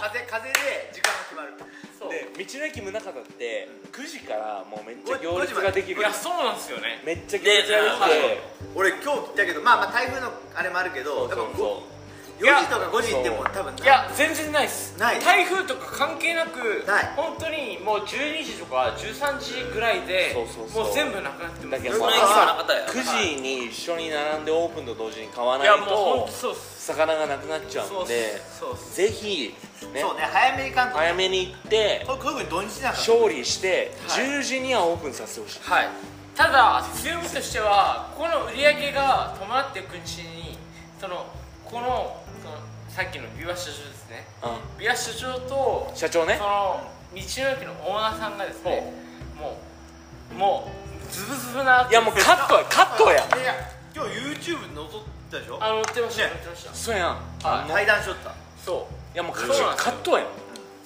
[SPEAKER 5] 風風で時間が決まる
[SPEAKER 2] そう
[SPEAKER 1] どで道の駅宗像って9時からもうめっちゃ
[SPEAKER 5] ご
[SPEAKER 1] 行列ができる
[SPEAKER 2] いやそうなんですよね
[SPEAKER 1] めっちゃ行列ができて
[SPEAKER 5] 俺今日来たけどまあまあ台風のあれもあるけどやっぱ
[SPEAKER 1] そうそう
[SPEAKER 5] ご4時とか5時行っても多分ない
[SPEAKER 2] や全然ないっす
[SPEAKER 5] ない
[SPEAKER 2] 台風とか関係なく
[SPEAKER 5] ない
[SPEAKER 2] 本当にもう12時とか13時ぐらいで
[SPEAKER 1] そうそうそう
[SPEAKER 2] もう全部なくなってます
[SPEAKER 1] だけ
[SPEAKER 2] い
[SPEAKER 1] ど
[SPEAKER 2] や
[SPEAKER 1] さ
[SPEAKER 2] もう
[SPEAKER 1] 9時に一緒に並んでオープンと同時に買わない
[SPEAKER 2] 本
[SPEAKER 1] と
[SPEAKER 2] 当そうっす
[SPEAKER 1] 魚がなくなっちゃ
[SPEAKER 2] そううんっ
[SPEAKER 1] です
[SPEAKER 2] そうっす
[SPEAKER 1] ぜひね
[SPEAKER 5] そうね早めに行かんと
[SPEAKER 1] 早めに行って
[SPEAKER 5] これこういうふうに土日なんか
[SPEAKER 1] 勝利して
[SPEAKER 5] はい
[SPEAKER 1] 10時にはオープンさせてほしい
[SPEAKER 2] はいただ強みとしてはこの売り上げが伴っていくうちにそのこのそのさっきのビワ社長ですね
[SPEAKER 1] あ
[SPEAKER 2] ビワ社長と
[SPEAKER 1] 社長ね
[SPEAKER 2] その道の駅のオーナーさんがですねもうもうズブズブない
[SPEAKER 1] やもうカットやカットや
[SPEAKER 5] いや今日 YouTube に載っとったでしょ
[SPEAKER 2] あ乗ってました
[SPEAKER 5] ね
[SPEAKER 2] 乗ってました
[SPEAKER 1] そうやん
[SPEAKER 2] はい
[SPEAKER 1] あのい
[SPEAKER 5] 対談しとった
[SPEAKER 2] そう
[SPEAKER 1] やもうカ
[SPEAKER 2] そうなんです
[SPEAKER 1] ットやん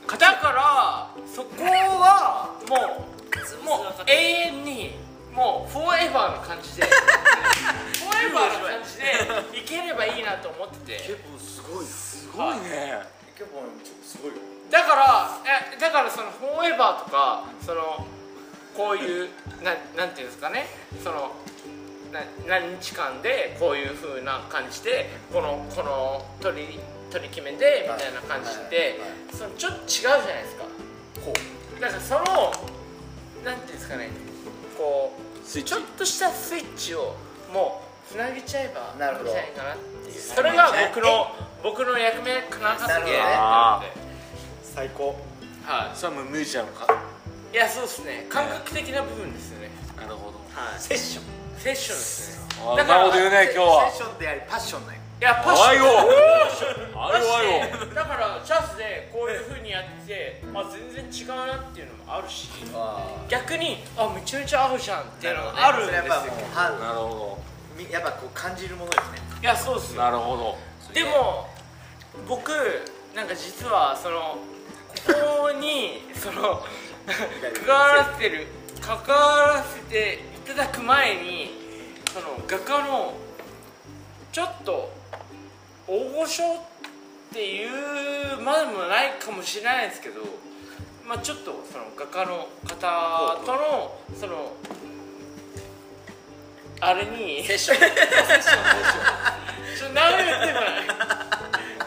[SPEAKER 2] だからそこはもうもう永遠にもうフォーエバーの感 じでフォーエバーの感じでいければいいなと思ってて
[SPEAKER 5] 結構すごいな
[SPEAKER 1] すごいね
[SPEAKER 5] 結構すごいよ
[SPEAKER 2] だからえだからそのフォーエバーとかそのこういうななんていうんですかねそのな何日間でこういう風な感じでこのこの取り取り決めでみたいな感じで
[SPEAKER 5] はいはい
[SPEAKER 2] そのちょっと違うじゃないですかこうだからそのなんていうんですかねこうちょっとしたスイッチをもうつなげちゃえば
[SPEAKER 5] なるほど
[SPEAKER 2] いいんじゃないかなっていうそれが僕の僕の役目かなと思ってるので
[SPEAKER 1] な
[SPEAKER 7] 最高
[SPEAKER 2] は
[SPEAKER 1] それはもうミュージアムか
[SPEAKER 2] い、いやそうですね感覚的な部分ですよね
[SPEAKER 1] なるほど
[SPEAKER 5] セッション
[SPEAKER 2] セッションですね
[SPEAKER 1] あうまいこと言うね今日は
[SPEAKER 5] セッションでありパッションだよ
[SPEAKER 2] いやパッシ
[SPEAKER 1] あい
[SPEAKER 2] ョン
[SPEAKER 1] よあ
[SPEAKER 2] だ
[SPEAKER 1] いよあいよ
[SPEAKER 2] しだからチャンスでこういうふうにやってあ全然違うなっていうのもあるし逆にあめちゃめちゃ合うじゃんっていうのがあるん
[SPEAKER 5] そ
[SPEAKER 2] で
[SPEAKER 5] れ
[SPEAKER 2] す
[SPEAKER 5] や
[SPEAKER 2] よ
[SPEAKER 5] っ、ぱもうは
[SPEAKER 1] なるほ
[SPEAKER 5] みやっぱこう感じるものですね
[SPEAKER 2] いやそうです
[SPEAKER 1] ど
[SPEAKER 2] よ
[SPEAKER 1] なるほど
[SPEAKER 2] でも僕なんか実はそのここにその関わらせてる関わらせていただく前にその画家のちょっと大御所っていうまでもないかもしれないですけど、まあ、ちょっとその画家の方とのそのあれにセッションちょっと何を言ってもない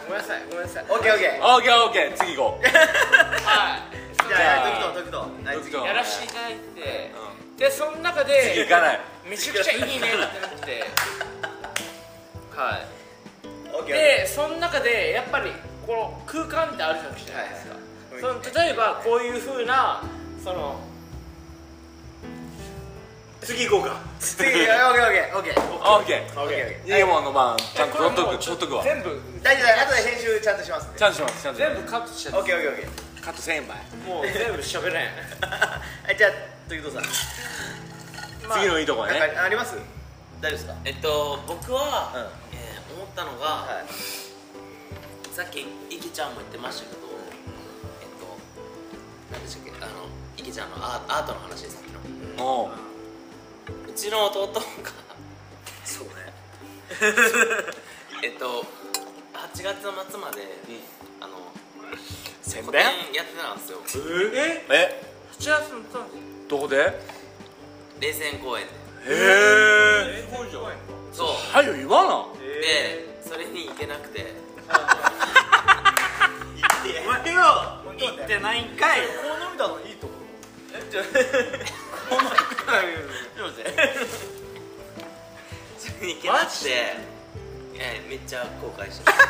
[SPEAKER 2] ごめんなさいごめんなさい
[SPEAKER 5] オッケーオッケー
[SPEAKER 1] オーケーオーケー次行こう
[SPEAKER 2] はいその
[SPEAKER 5] じゃあ時と時とはい
[SPEAKER 1] 時
[SPEAKER 5] 次
[SPEAKER 1] と
[SPEAKER 2] やらせていただいて、でその中
[SPEAKER 1] 次
[SPEAKER 2] で
[SPEAKER 1] 行かない
[SPEAKER 2] めちゃくちゃいいねってなってはい
[SPEAKER 5] オッケーオッケー
[SPEAKER 2] でその中でやっぱりこの空間ってあるじゃないですか、
[SPEAKER 5] はいはい
[SPEAKER 2] その例えばこういうふうなその
[SPEAKER 6] 次行こうか
[SPEAKER 5] 次オッケーオッケーオッケー
[SPEAKER 1] オーケ
[SPEAKER 5] オッケーオッケー
[SPEAKER 1] ーイエモンの番ちゃんと
[SPEAKER 2] これ
[SPEAKER 1] 取っ
[SPEAKER 2] も
[SPEAKER 1] と
[SPEAKER 2] う
[SPEAKER 1] く
[SPEAKER 2] ち
[SPEAKER 1] 取
[SPEAKER 2] ょ
[SPEAKER 1] っとくわ
[SPEAKER 2] 全部
[SPEAKER 5] 大丈夫だ後で編集ちゃんとしますんで
[SPEAKER 1] ちゃんとしますちゃんとしま
[SPEAKER 2] 全部カットしちゃ
[SPEAKER 5] オ
[SPEAKER 2] っ
[SPEAKER 5] ッケーオッケーオッケー
[SPEAKER 1] すカット1000円倍
[SPEAKER 2] てもう全部喋れない
[SPEAKER 5] はいじゃあ時とさん
[SPEAKER 1] 次のいいとこね
[SPEAKER 5] なんかあります大丈夫ですか
[SPEAKER 9] えっと僕は、
[SPEAKER 5] うん
[SPEAKER 9] えー思ったのが、
[SPEAKER 5] はい
[SPEAKER 9] さっきいきちゃんも言ってましたけど、えっと何でしたっけあのいきちゃんのアーアートの話ですさっきのう
[SPEAKER 1] おう
[SPEAKER 9] ちの弟が
[SPEAKER 5] そうね
[SPEAKER 9] えっと8月の末まで、あの
[SPEAKER 1] 宣
[SPEAKER 9] 個展やってたんですよ
[SPEAKER 1] ええ
[SPEAKER 2] 8月の
[SPEAKER 1] ど
[SPEAKER 2] と
[SPEAKER 1] こでへ
[SPEAKER 9] 冷戦公園で
[SPEAKER 1] え
[SPEAKER 9] そう
[SPEAKER 1] はよ言わな
[SPEAKER 9] でそれに行けなくて
[SPEAKER 5] 行ってないんかいこう飲みたのいいとこ
[SPEAKER 9] それに行けなくてえーめっちゃ後悔 してる
[SPEAKER 7] いや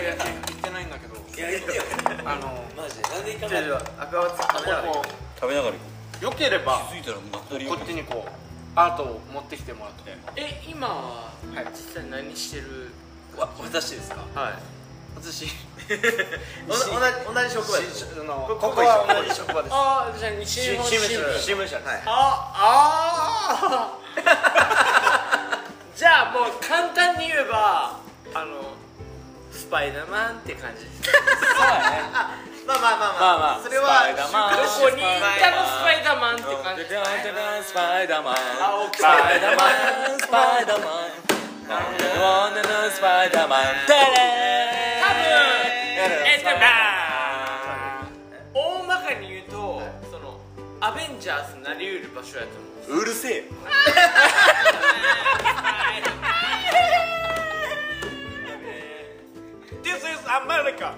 [SPEAKER 7] いや行ってないんだけど
[SPEAKER 9] いや行ってよ
[SPEAKER 7] あの
[SPEAKER 9] マジでなんで行か
[SPEAKER 5] じ
[SPEAKER 9] な
[SPEAKER 5] ゃ
[SPEAKER 9] い
[SPEAKER 5] あじ
[SPEAKER 9] の
[SPEAKER 5] ゃあアクアツ食べながら
[SPEAKER 7] こ
[SPEAKER 8] 食べながら行こ
[SPEAKER 7] うよければ
[SPEAKER 8] う着いたらなくなりよ
[SPEAKER 7] こっちにこうアートを持ってきてもらって
[SPEAKER 2] え今は実際何してる
[SPEAKER 9] わ私ですか
[SPEAKER 2] はい
[SPEAKER 7] 私
[SPEAKER 5] おな同じ同じ職場です
[SPEAKER 7] あの
[SPEAKER 5] こ
[SPEAKER 7] こ
[SPEAKER 5] こ
[SPEAKER 7] こ
[SPEAKER 5] は
[SPEAKER 7] は
[SPEAKER 5] 同
[SPEAKER 7] 同
[SPEAKER 5] じ
[SPEAKER 7] じ
[SPEAKER 5] 職場です
[SPEAKER 2] ああじゃあ西日本新聞
[SPEAKER 5] 新聞社はい
[SPEAKER 2] ああー じゃあもう簡単に言えばあのスパイダーマンって感じです
[SPEAKER 5] まあまあま
[SPEAKER 1] ま
[SPEAKER 5] あ
[SPEAKER 1] あ
[SPEAKER 5] まあ
[SPEAKER 1] まあ
[SPEAKER 5] それは
[SPEAKER 1] スパイダーマン
[SPEAKER 2] どこに行ったのスパイダーマンって
[SPEAKER 1] ス
[SPEAKER 2] 感じですね
[SPEAKER 1] パイダーマン
[SPEAKER 2] あ
[SPEAKER 1] スパイダーマンスパイダーマン女のスパイダーマンテレ
[SPEAKER 2] 多分えっと大まかに言うとそのアベンジャーズになりうる場所やと思
[SPEAKER 1] うるせえ
[SPEAKER 5] This is America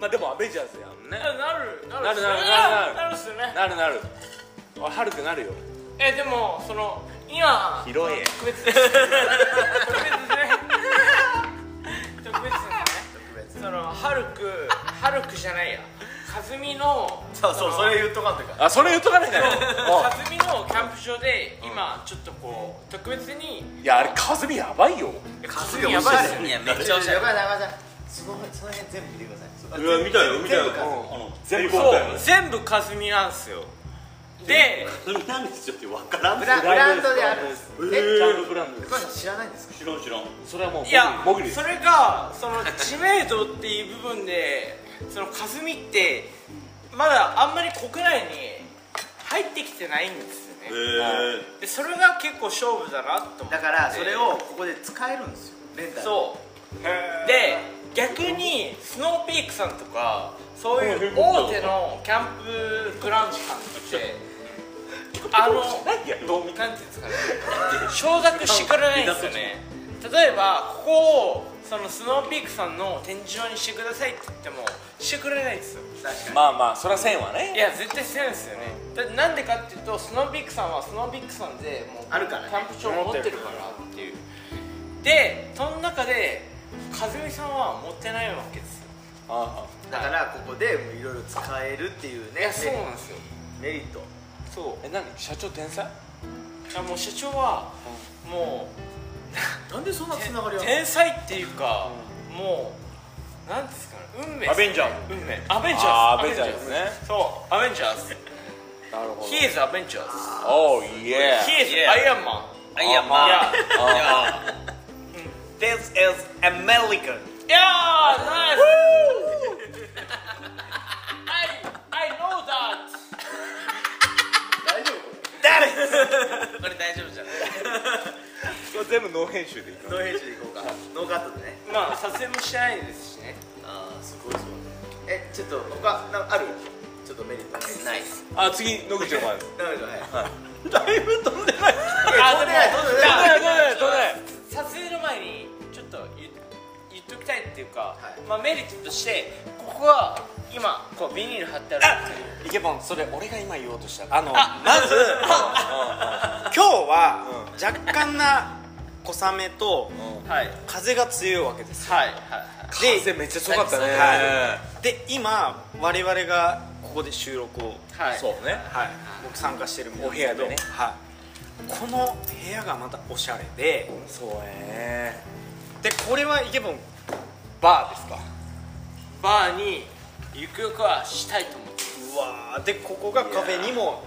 [SPEAKER 1] まあでもアベンジャーズやんね
[SPEAKER 7] なるな
[SPEAKER 1] なるなるなる
[SPEAKER 7] なるっすよね
[SPEAKER 1] なるなる俺ハルクなるよ
[SPEAKER 7] えでもその今
[SPEAKER 1] 広い
[SPEAKER 7] 特別です特別ですね特別ですねそのハルクハルクじゃないやカズミの
[SPEAKER 10] そうそうそれ言っとかんというか
[SPEAKER 1] あそれ言っとかないんだよ
[SPEAKER 7] カズミのキャンプ場で今ちょっとこう特別に
[SPEAKER 1] いやあれカズミやばいよ
[SPEAKER 7] カズミやばいっすよ
[SPEAKER 2] いやめ
[SPEAKER 10] や
[SPEAKER 2] っちゃおしゃれ
[SPEAKER 10] ばい中さんそのその辺全部見てください
[SPEAKER 6] いや見たよ見たよ
[SPEAKER 10] 全部
[SPEAKER 6] あ
[SPEAKER 10] 数
[SPEAKER 6] の全部
[SPEAKER 7] そ
[SPEAKER 6] 買ったよ
[SPEAKER 7] う全部カズミなんですよで
[SPEAKER 6] それ何でしょって分からん
[SPEAKER 10] ブ
[SPEAKER 6] す
[SPEAKER 10] ラ
[SPEAKER 6] よ
[SPEAKER 10] ブランドであるんです
[SPEAKER 6] え
[SPEAKER 10] え
[SPEAKER 1] ランドブランド
[SPEAKER 10] これ知らないんですか
[SPEAKER 6] 知らん知らん
[SPEAKER 1] それはもう
[SPEAKER 7] いや
[SPEAKER 1] モグリです
[SPEAKER 7] それがその知名度っていう部分でそのカズミってまだあんまり国内に入ってきてないんですよね
[SPEAKER 6] へえ
[SPEAKER 7] でそれが結構勝負だなと思って
[SPEAKER 10] だからそれをここで使えるんですよレンタル
[SPEAKER 7] そうで逆にスノーピークさんとかそういう大手のキャンプグランジさんってあのなんていうんですかね承諾してくれないんですよね例えばここをそのスノーピークさんの展示場にしてくださいって言ってもしてくれないんですよ
[SPEAKER 1] まあまあそらせんわ
[SPEAKER 7] い
[SPEAKER 1] ね
[SPEAKER 7] や絶対してないんですよねだってなんでかっていうとスノーピークさんはスノーピークさんでもう
[SPEAKER 10] あるからね
[SPEAKER 7] キャンプ場持ってるからっていうでその中で和美さんは持ってないわけですよ
[SPEAKER 1] あ
[SPEAKER 10] だからここでもういろいろ使えるっていう
[SPEAKER 7] い
[SPEAKER 10] ね
[SPEAKER 7] やそうなんですよ
[SPEAKER 10] メリット
[SPEAKER 7] そ
[SPEAKER 1] あえ何社長天才
[SPEAKER 7] ういやもう社長はも
[SPEAKER 10] なんでそんなつながり
[SPEAKER 7] う
[SPEAKER 10] ある
[SPEAKER 7] 天才っていうかもうなんですかね運命っすね
[SPEAKER 1] アベンジャー
[SPEAKER 7] 運命アベンジャ
[SPEAKER 1] あ
[SPEAKER 7] ー
[SPEAKER 1] ー
[SPEAKER 7] ズ
[SPEAKER 1] アベンジャーズね
[SPEAKER 7] そうアベンジャーズ
[SPEAKER 1] なるほ
[SPEAKER 7] He is アベンジャーズ
[SPEAKER 1] おおいえ
[SPEAKER 7] He is アイアンマン
[SPEAKER 2] あいやま
[SPEAKER 7] い
[SPEAKER 2] あ
[SPEAKER 7] や
[SPEAKER 5] This is America
[SPEAKER 7] いやーナイス I, I know that
[SPEAKER 2] これ大丈夫じゃない
[SPEAKER 1] 全部ノー編集でいく
[SPEAKER 10] ノー編集でいこうかノーカットでね
[SPEAKER 7] まあ撮影もしてないですしね
[SPEAKER 2] ああすご
[SPEAKER 10] えちょっと他なんかあるちょっとメリット
[SPEAKER 2] いナイス
[SPEAKER 1] あ次 野口お前
[SPEAKER 10] なるほどはい
[SPEAKER 1] だいぶ飛んでない
[SPEAKER 7] あでも
[SPEAKER 10] どうだ
[SPEAKER 1] 飛んでない飛んでない
[SPEAKER 7] 撮影の前にちょっと言っ言っときたいっていうか、
[SPEAKER 10] い
[SPEAKER 7] まあ、メリットとしてここは今こうビニール貼ってあるんですけど
[SPEAKER 5] イケボンそれ俺が今言おうとしたあの
[SPEAKER 1] まず
[SPEAKER 5] 今日は若干な小雨と
[SPEAKER 7] はい
[SPEAKER 5] 風が強いわけです
[SPEAKER 7] はいはい
[SPEAKER 5] で
[SPEAKER 1] 風めっちゃ強かったね
[SPEAKER 5] はで今我々がここで収録を、
[SPEAKER 7] はい
[SPEAKER 1] そうね
[SPEAKER 5] はい、僕参加してる
[SPEAKER 1] お部屋でね
[SPEAKER 5] はい、この部屋がまたおしゃれで
[SPEAKER 1] そうね
[SPEAKER 5] でこれはイケボンバーですか
[SPEAKER 7] バーにゆくゆくはしたいと思って
[SPEAKER 5] うわーでここがカフェにも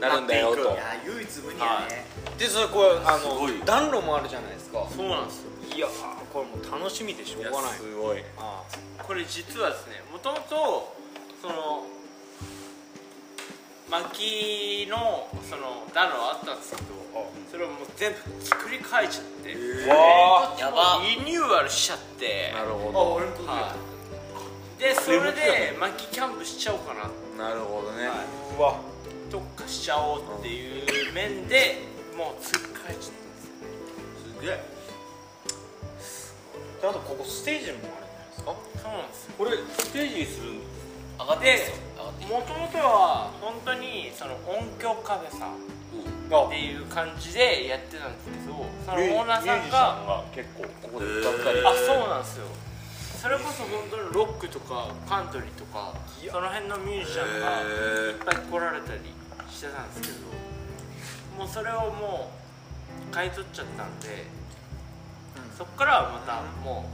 [SPEAKER 1] なるんだよと
[SPEAKER 10] いやー唯一無二やね
[SPEAKER 5] でそれこれあ
[SPEAKER 6] すごい
[SPEAKER 5] の暖炉もあるじゃないですか
[SPEAKER 7] そうなんですよ
[SPEAKER 5] いやーこれもう楽しみでしょうがない
[SPEAKER 1] すごい
[SPEAKER 5] あ
[SPEAKER 7] これ実はですねもともとその薪のその暖炉あったんですけどそれをもう全部ひっくり返しちゃって
[SPEAKER 1] わ
[SPEAKER 2] やば
[SPEAKER 7] リニューアルしちゃって
[SPEAKER 1] なるほ
[SPEAKER 10] あ
[SPEAKER 1] ど
[SPEAKER 10] 俺のとこ
[SPEAKER 7] はいでそれで薪キャンプしちゃおうかな
[SPEAKER 1] なるほどね
[SPEAKER 5] ーうわ
[SPEAKER 7] 特化しちゃおうっていう面でもうつっかえちゃっ
[SPEAKER 10] すげえ
[SPEAKER 5] であとここステージもあるじゃないですか
[SPEAKER 7] たそうなんですよ
[SPEAKER 6] これステージにするん
[SPEAKER 2] 上がっていいっすよ上がっていい
[SPEAKER 7] もともとは本当にその音響カフェさんっていう感じでやってたんですけどそのオーナーさんが
[SPEAKER 1] 結構ここで歌ったり
[SPEAKER 7] あそうなんですよそれこそ本当にロックとかカントリーとかその辺のミュージシャンがいっぱい来られたりしてたんですけどもうそれをもう買い取っちゃったんで、そっからはまたも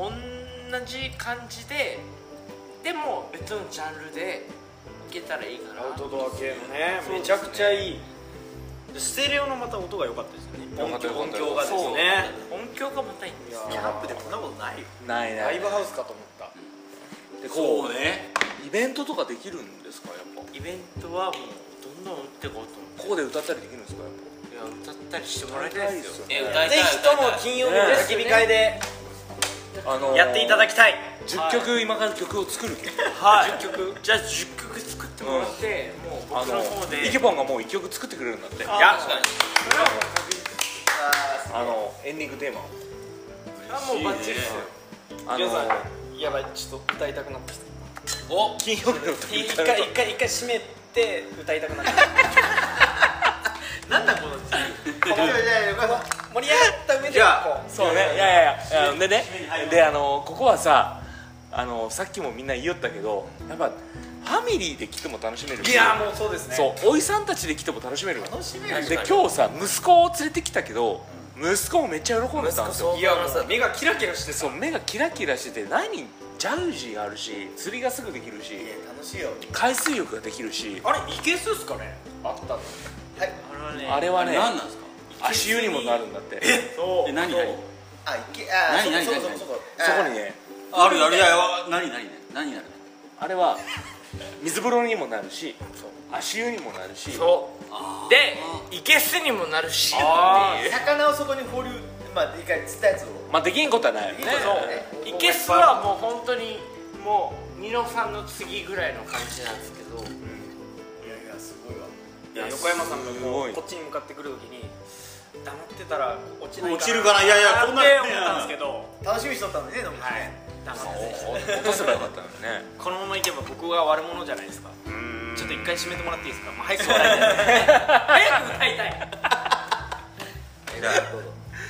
[SPEAKER 7] う同じ感じででも別のジャンルでいけたらいいかな
[SPEAKER 5] アウトドア系のね
[SPEAKER 7] そうですね
[SPEAKER 5] めちゃくちゃいいでステレオのまた音が良かったですよね
[SPEAKER 1] 良か
[SPEAKER 5] 音
[SPEAKER 1] った良か
[SPEAKER 5] 響音
[SPEAKER 1] った
[SPEAKER 5] 響がです
[SPEAKER 7] そう
[SPEAKER 5] ね
[SPEAKER 7] 音響がまたいいんですよ
[SPEAKER 10] キャンプでこんなことないよ
[SPEAKER 1] ない
[SPEAKER 5] ラ
[SPEAKER 1] な
[SPEAKER 5] イ
[SPEAKER 1] い
[SPEAKER 5] ブハウスかと思った
[SPEAKER 1] でこ
[SPEAKER 6] そうね
[SPEAKER 1] うイベントとかできるんですかやっぱ
[SPEAKER 7] イベントはもうどんどん打っていこうと
[SPEAKER 1] ここ
[SPEAKER 7] 思って
[SPEAKER 1] で歌ったりできるんですかやっ
[SPEAKER 7] いや歌ったりしてもらいたいですよ
[SPEAKER 1] ぱ
[SPEAKER 2] え歌い
[SPEAKER 5] ぜ
[SPEAKER 2] たい
[SPEAKER 5] ひとも金曜日の焚き火会で
[SPEAKER 1] あのー
[SPEAKER 5] やっていただきたい
[SPEAKER 1] 10曲今から曲を作るけ
[SPEAKER 5] はい
[SPEAKER 7] 10曲じゃあ10曲作ってもらって、もう
[SPEAKER 1] あ
[SPEAKER 7] 僕の
[SPEAKER 1] の
[SPEAKER 7] 方で
[SPEAKER 1] イケボンがもう1曲作ってくれるんだって
[SPEAKER 2] 確かに
[SPEAKER 7] それはもう確実
[SPEAKER 1] あのエンディングテーマを
[SPEAKER 11] あもうバッチリですよ
[SPEAKER 1] あ
[SPEAKER 7] 皆さ
[SPEAKER 1] の
[SPEAKER 7] んやばいちょっと歌いたくなってきた
[SPEAKER 1] 金曜日の
[SPEAKER 7] 一
[SPEAKER 1] 歌
[SPEAKER 7] 回一回一回締めて歌いたく なってきた
[SPEAKER 5] なんだこ のチームじゃあじゃあ横山さん
[SPEAKER 7] 盛り上がった上で
[SPEAKER 1] じゃ
[SPEAKER 7] こ
[SPEAKER 1] あそう ねいやいやいやでねであのここはさあのさっきもみんな言いよったけどやっぱファミリーで来ても楽しめる
[SPEAKER 7] ういやもうそうですね
[SPEAKER 1] そうおいさんたちで来ても楽しめるわ
[SPEAKER 12] 楽しめる
[SPEAKER 1] で今日さ息子を連れてきたけど息子もめっちゃ喜んでたんですよ
[SPEAKER 12] い
[SPEAKER 7] いや
[SPEAKER 12] や
[SPEAKER 7] も
[SPEAKER 12] もうさ
[SPEAKER 7] う目がキラキラして
[SPEAKER 1] そう目がキラキラしてて何ジャグジーがあるし釣りがすぐできるし
[SPEAKER 5] いや楽しいよ
[SPEAKER 1] 海水浴ができるし
[SPEAKER 7] あれいけすっすかねあったの
[SPEAKER 5] はい
[SPEAKER 1] あれはね
[SPEAKER 13] 何なんですか
[SPEAKER 1] 足湯にもなるんだって
[SPEAKER 7] そう
[SPEAKER 13] え何
[SPEAKER 7] そう
[SPEAKER 13] 何
[SPEAKER 5] あいけあ
[SPEAKER 13] 何何
[SPEAKER 5] そうそう
[SPEAKER 13] 何
[SPEAKER 5] そうそう
[SPEAKER 1] そこにね
[SPEAKER 13] あるあるだよ何何何何何
[SPEAKER 1] あれは水風呂にもなるし足湯にもなるし
[SPEAKER 11] そうでいけすにもなるし
[SPEAKER 5] あ
[SPEAKER 7] あ
[SPEAKER 5] 魚をそこに放流まあ一回釣ったやつを
[SPEAKER 1] まあできんことはないよね
[SPEAKER 5] ね
[SPEAKER 11] いけすはもう本当にもうニノさんの次ぐらいの感じなんですけど
[SPEAKER 5] いやいやすごいわ
[SPEAKER 7] いや横山さんが
[SPEAKER 1] すごい
[SPEAKER 7] こっちに向かってくるときに黙ってたら落ちない
[SPEAKER 13] 落ちるかないやいやこ
[SPEAKER 7] こん
[SPEAKER 13] ん
[SPEAKER 7] な
[SPEAKER 13] なの
[SPEAKER 7] って思ったんですけど
[SPEAKER 5] 楽しみにしとったのにね野口ね
[SPEAKER 7] はい黙ってて
[SPEAKER 1] 落とせばよかったのにね
[SPEAKER 7] このままいけば僕が悪者じゃないですかちょっと一回締めてもらっていいですかもう早く 歌いたい早く歌いたい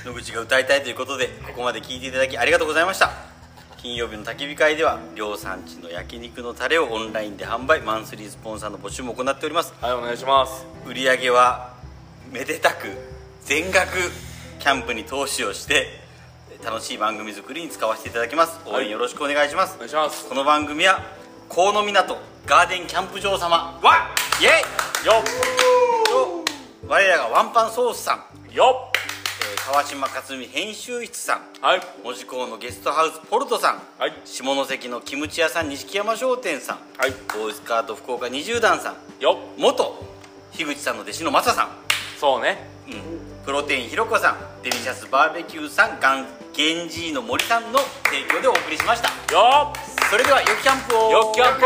[SPEAKER 6] 野口が歌いたいということでここまで聞いていただきありがとうございました金曜日の焚き火会では量産地の焼肉のタレをオンラインで販売マンスリースポンサーの募集も行っております
[SPEAKER 1] はいお願いします
[SPEAKER 6] 売り上げはめでたく全額キャンプに投資をして楽しい番組作りに使わせていただきます応援よろしくお願いします、
[SPEAKER 1] お願いします
[SPEAKER 6] この番組は河野港ガーデンキャンプ場様
[SPEAKER 1] わ
[SPEAKER 6] イエイよっ我らがワンパンソースさん、
[SPEAKER 1] っよ
[SPEAKER 6] えー川島克美編集室さん
[SPEAKER 1] っはい
[SPEAKER 6] 門司港のゲストハウスポルトさん
[SPEAKER 1] はい
[SPEAKER 6] 下関のキムチ屋さん錦山商店さん
[SPEAKER 1] はい
[SPEAKER 6] ボーイスカート福岡二十段さん
[SPEAKER 1] よっ
[SPEAKER 6] 元樋口さんの弟子のマサさん、
[SPEAKER 1] そうね
[SPEAKER 6] うん、プロテインひろこさんデリシャスバーベキューさんガンゲンジーの森さんの提供でお送りしました
[SPEAKER 1] よっ
[SPEAKER 6] それではよきキャンプを
[SPEAKER 1] よっキャンプ